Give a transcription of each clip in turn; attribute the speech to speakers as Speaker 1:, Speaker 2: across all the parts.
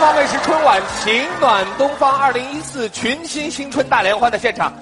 Speaker 1: 方卫视春晚《情暖东方》二零一四群星新春大联欢的现场，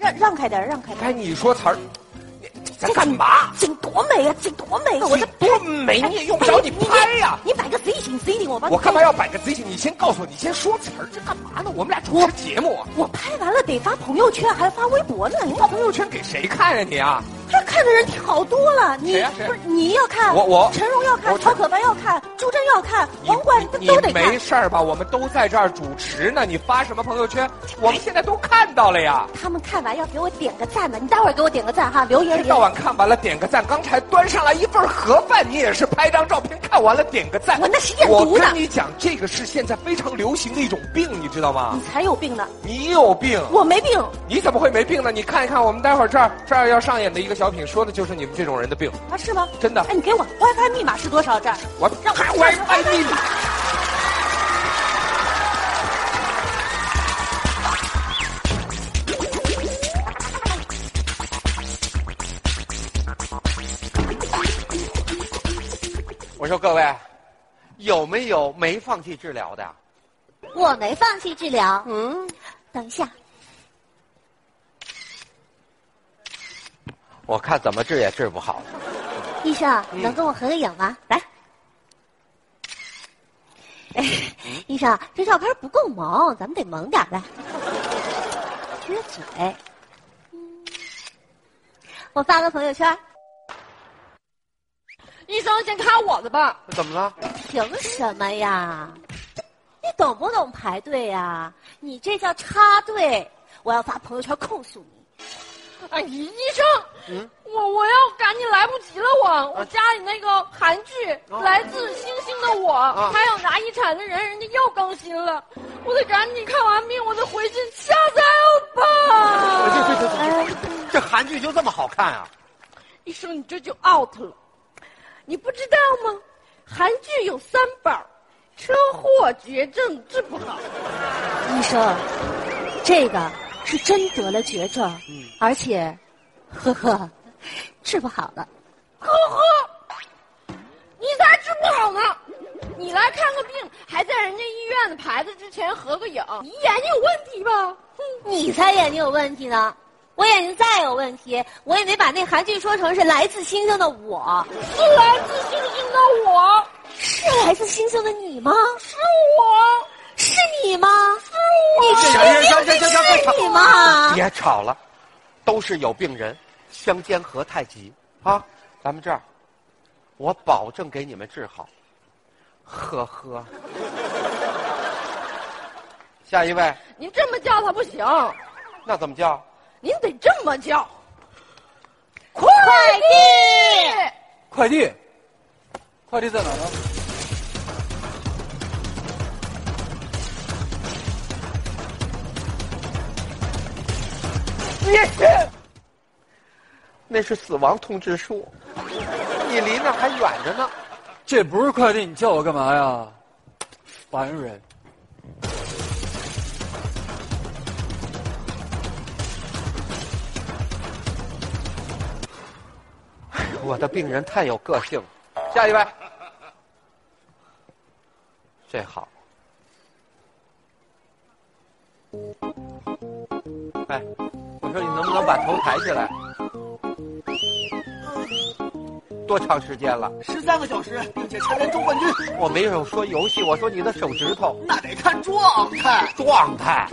Speaker 2: 让让开点儿，让开点
Speaker 1: 该
Speaker 2: 儿。
Speaker 1: 你说词儿，你咱干嘛？
Speaker 2: 景多美呀，景多美！啊哎
Speaker 1: 我这多美，你也用不着你拍哎呀、啊
Speaker 2: 你摆个 Z 型 C 型，我帮你。
Speaker 1: 我干嘛？要摆个 Z 型？你先告诉我，你先说词儿，这干嘛呢？我们俩主持节目啊，
Speaker 2: 我拍完了得发朋友圈，还发微博呢。你
Speaker 1: 发朋友圈给谁看呀、你啊？
Speaker 2: 这看的人好多了，你
Speaker 1: 谁呀谁
Speaker 2: 不是你要看，
Speaker 1: 我我
Speaker 2: 陈荣要看
Speaker 1: 我，
Speaker 2: 曹可凡要看，朱桢要看，
Speaker 1: 你
Speaker 2: 王冠都
Speaker 1: 你
Speaker 2: 都得
Speaker 1: 你没
Speaker 2: 看。
Speaker 1: 事儿吧？我们都在这儿主持呢，你发什么朋友圈？我们现在都看到了呀。
Speaker 2: 他们看完要给我点个赞呢，你待会儿给我点个赞哈，留言
Speaker 1: 一
Speaker 2: 留
Speaker 1: 到
Speaker 2: 言。
Speaker 1: 晚看完了点个赞，刚才端上来一份盒饭，你也是拍张照片看完了点个赞。
Speaker 2: 我那是验毒的
Speaker 1: 我跟你讲，这个是现在非常流行的一种病，你知道吗
Speaker 2: 你？才有病呢，
Speaker 1: 你有病，
Speaker 2: 我没病。
Speaker 1: 你怎么会没病呢？你看一看，我们待会儿这儿这儿要上演的一个小品，说的就是你们这种人的病。
Speaker 2: 啊，是吗？
Speaker 1: 真的
Speaker 2: 哎，你给我 WiFi 密码是多少？这儿
Speaker 1: 我
Speaker 2: 让
Speaker 1: 还
Speaker 2: 我
Speaker 1: 我还你
Speaker 2: 密码。
Speaker 1: 我说各位，有没有没放弃治疗的？
Speaker 3: 我没放弃治疗。
Speaker 2: 嗯，
Speaker 3: 等一下，
Speaker 4: 我看怎么治也治不好。
Speaker 3: 医生啊，能跟我合个影吗？来，哎， 医生啊，这照片不够萌，咱们得萌点儿来。撅嘴，嗯我发个朋友圈，
Speaker 5: 医生，先看我的吧。
Speaker 1: 怎么了？
Speaker 3: 凭什么呀？你懂不懂排队呀、你这叫插队！我要发朋友圈控诉你。
Speaker 5: 哎，医生，
Speaker 4: 嗯
Speaker 5: 我我要赶紧来不及了我，
Speaker 4: 啊
Speaker 5: 我家里那个韩剧
Speaker 4: 哦
Speaker 5: 《来自星星的我》
Speaker 4: 啊
Speaker 5: 还有拿遗产的人，人家又更新了，我得赶紧看完病，我得回去下载吧。
Speaker 4: 对对对，这韩剧就这么好看啊？
Speaker 5: 医生，你这就 out 了，你不知道吗？韩剧有三宝：车祸、绝症、治不好。
Speaker 2: 医生，这个是真得了绝症，而且，呵呵，
Speaker 3: 治不好了，
Speaker 5: 呵呵，你才治不好呢！你来看个病，还在人家医院的牌子之前合个影，你眼睛有问题吧？哼，
Speaker 3: 你才眼睛有问题呢。我眼睛再有问题，我也没把那韩剧说成是来自星星的我，
Speaker 5: 是来自星星的我，
Speaker 3: 是来自星星的你吗？
Speaker 5: 是我，
Speaker 3: 是你吗？是
Speaker 4: 你
Speaker 3: 我
Speaker 4: 行行行行别
Speaker 3: 你
Speaker 4: 吵，
Speaker 3: 吗？
Speaker 4: 别吵了，都是有病人，相煎何太急啊！咱们这样，我保证给你们治好。呵呵。下一位，
Speaker 5: 您这么叫他不行，
Speaker 4: 那怎么叫？
Speaker 5: 您得这么叫。
Speaker 3: 快递，
Speaker 6: 快递，快递在哪儿呢？
Speaker 4: 那是死亡通知书，你离那还远着呢。
Speaker 6: 这不是快递，你叫我干嘛呀？烦人！
Speaker 4: 我的病人太有个性了，
Speaker 1: 下一位，
Speaker 4: 这好。
Speaker 1: 哎，
Speaker 4: 我说你能不能把头抬起来？多长时间了？
Speaker 7: 十三个小时，并且蝉联周冠军，
Speaker 4: 我没有说游戏，我说你的手指头
Speaker 7: 那得看状态。
Speaker 4: 状态。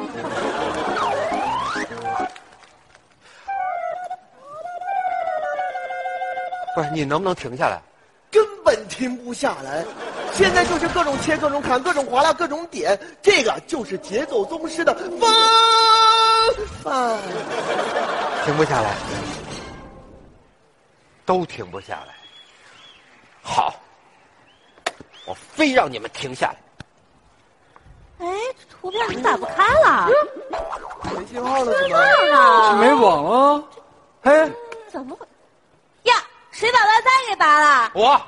Speaker 4: 不是你能不能停下来？
Speaker 7: 根本停不下来。现在就是各种切、各种砍、各种划拉、各种点，这个就是节奏宗师的方法。
Speaker 4: 停不下来，都停不下来。好，我非让你们停下来。
Speaker 3: 哎，这图片怎么打不开了？
Speaker 7: 没信号了是吧？
Speaker 3: 对啊，
Speaker 6: 没网了？
Speaker 7: 啊
Speaker 6: 哎，
Speaker 3: 怎么会？呀，谁把 WiFi 给拔了？
Speaker 1: 我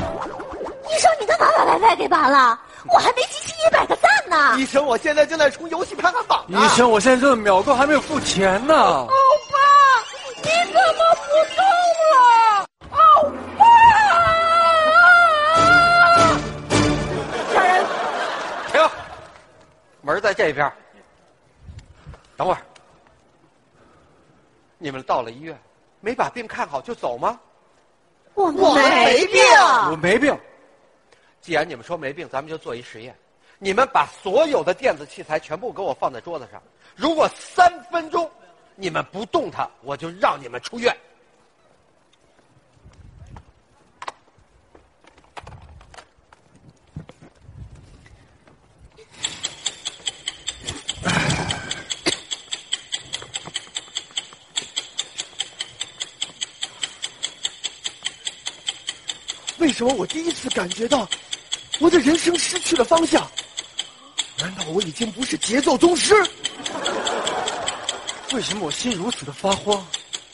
Speaker 3: 医生，你干嘛把 WiFi 给拔了？我还没集齐一百个赞呢。
Speaker 7: 医生，我现在正在冲游戏排行榜呢。
Speaker 6: 医，生，我现在正在秒购，还没有付钱呢。
Speaker 5: 欧巴，你怎么不动了？欧巴，
Speaker 1: 停。
Speaker 4: 儿哎在这边。等会儿，你们到了医院，没把病看好就走吗？
Speaker 2: 我
Speaker 7: 我们没病
Speaker 6: 我没病，
Speaker 4: 既然你们说没病，咱们就做一实验。你们把所有的电子器材全部给我放在桌子上，如果三分钟你们不动它，我就让你们出院。
Speaker 7: 为什么我第一次感觉到我的人生失去了方向？难道我已经不是节奏宗师？
Speaker 6: 为什么我心如此的发慌，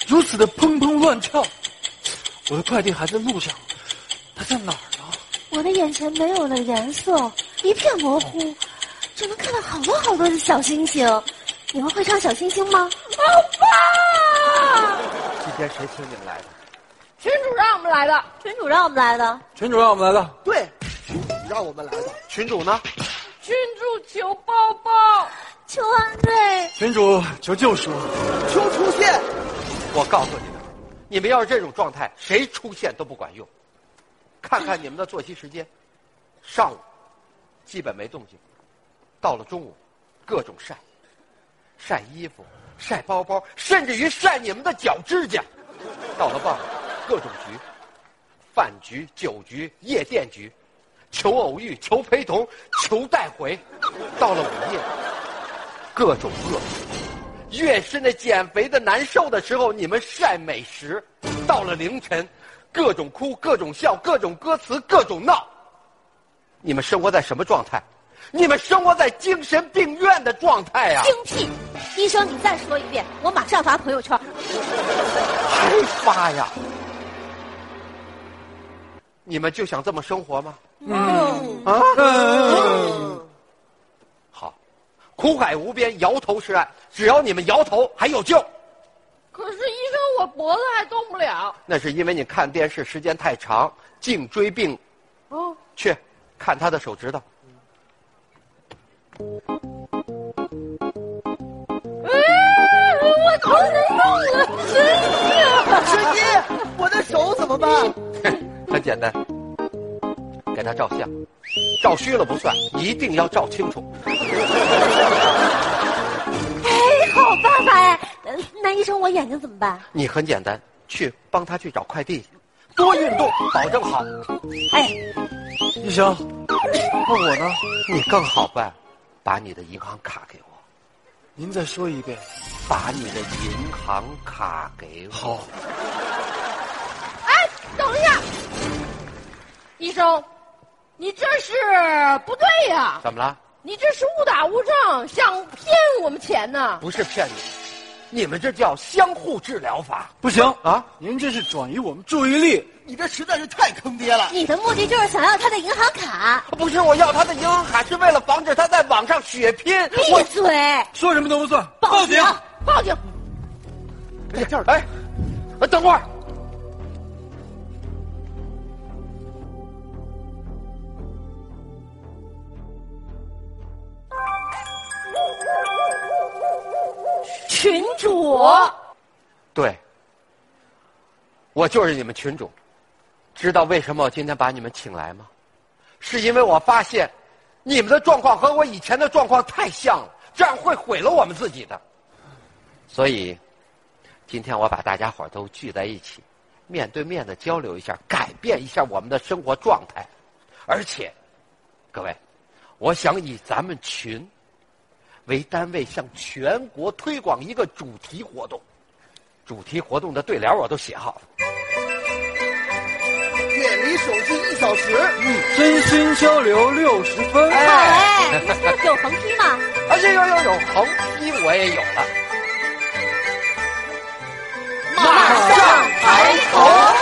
Speaker 6: 如此的砰砰乱跳？我的快递还在路上，它在哪儿呢？
Speaker 2: 我的眼前没有了颜色，一片模糊，只能看到好多好多的小星星。你们会唱小星星吗？
Speaker 4: 今天谁请你们来的？
Speaker 5: 群主让我们来的，
Speaker 2: 群主让我们来的，
Speaker 6: 群主让我们来的，
Speaker 7: 对，群主让我们来的。
Speaker 4: 群主呢？
Speaker 5: 群主求抱抱，
Speaker 2: 求安慰。
Speaker 6: 群主求救赎。
Speaker 7: 求出现，
Speaker 4: 我告诉你们，你们要是这种状态，谁出现都不管用。看看你们的作息时间，上午基本没动静，到了中午各种晒，晒衣服、晒包包，甚至于晒你们的脚指甲。到了傍晚，各种局，饭局、酒局、夜店局，求偶遇、求陪同、求带回。到了午夜，各种饿。越是那减肥的难受的时候，你们晒美食；到了凌晨，各种哭、各种笑、各种歌词、各种闹。你们生活在什么状态？你们生活在精神病院的状态啊呀、
Speaker 3: 精辟！医生，你再说一遍，我马上发朋友圈。
Speaker 4: 还发呀？你们就想这么生活吗？啊！好，苦海无边，摇头是岸。只要你们摇头，还有救。
Speaker 5: 可是医生我脖子还动不了。
Speaker 4: 那是因为你看电视时间太长，颈椎病。
Speaker 5: 哦，
Speaker 4: 去看他的手指头，
Speaker 5: 哎，我头疼痛了，真
Speaker 7: 师姐，我的手怎么办？
Speaker 4: 很简单，给他照相，照虚了不算，一定要照清楚。
Speaker 3: 哎，好办法哎！呃那医生，我眼睛怎么办？
Speaker 4: 你很简单，去帮他去找快递去，多运动，保证好。
Speaker 3: 哎，
Speaker 6: 医生，那我呢？
Speaker 4: 你更好办，把你的银行卡给我。
Speaker 6: 您再说一遍。
Speaker 4: 把你的银行卡给我。
Speaker 6: 好，
Speaker 5: 哎，等一下，医生，你这是不对呀、
Speaker 4: 怎么了？
Speaker 5: 你这是误打误撞，想骗我们钱呢？
Speaker 4: 不是骗你，你们这叫相互治疗法。
Speaker 6: 不行
Speaker 4: 啊！
Speaker 6: 您这是转移我们注意力。
Speaker 7: 你这实在是太坑爹了！
Speaker 3: 你的目的就是想要他的银行卡？
Speaker 4: 不是，我要他的银行卡是为了防止他在网上血拼。
Speaker 3: 闭
Speaker 4: 我
Speaker 3: 嘴！
Speaker 6: 说什么都不算，
Speaker 3: 报
Speaker 6: 报
Speaker 3: 警
Speaker 6: 警！！啊
Speaker 5: 报警！
Speaker 7: 在这儿
Speaker 4: 哎，哎等会儿，
Speaker 3: 群主，
Speaker 4: 对，我就是你们群主。知道为什么我今天把你们请来吗？是因为我发现，你们的状况和我以前的状况太像了，这样会毁了我们自己的。所以，今天我把大家伙儿都聚在一起，面对面的交流一下，改变一下我们的生活状态。而且，各位，我想以咱们群为单位，向全国推广一个主题活动。主题活动的对联我都写好了。
Speaker 7: 远离手机一小时，
Speaker 6: 嗯，真心交流六十分。
Speaker 3: 哎，有横批吗？
Speaker 6: 哎
Speaker 4: 而且有有有横批我也有了。
Speaker 3: 马上抬头。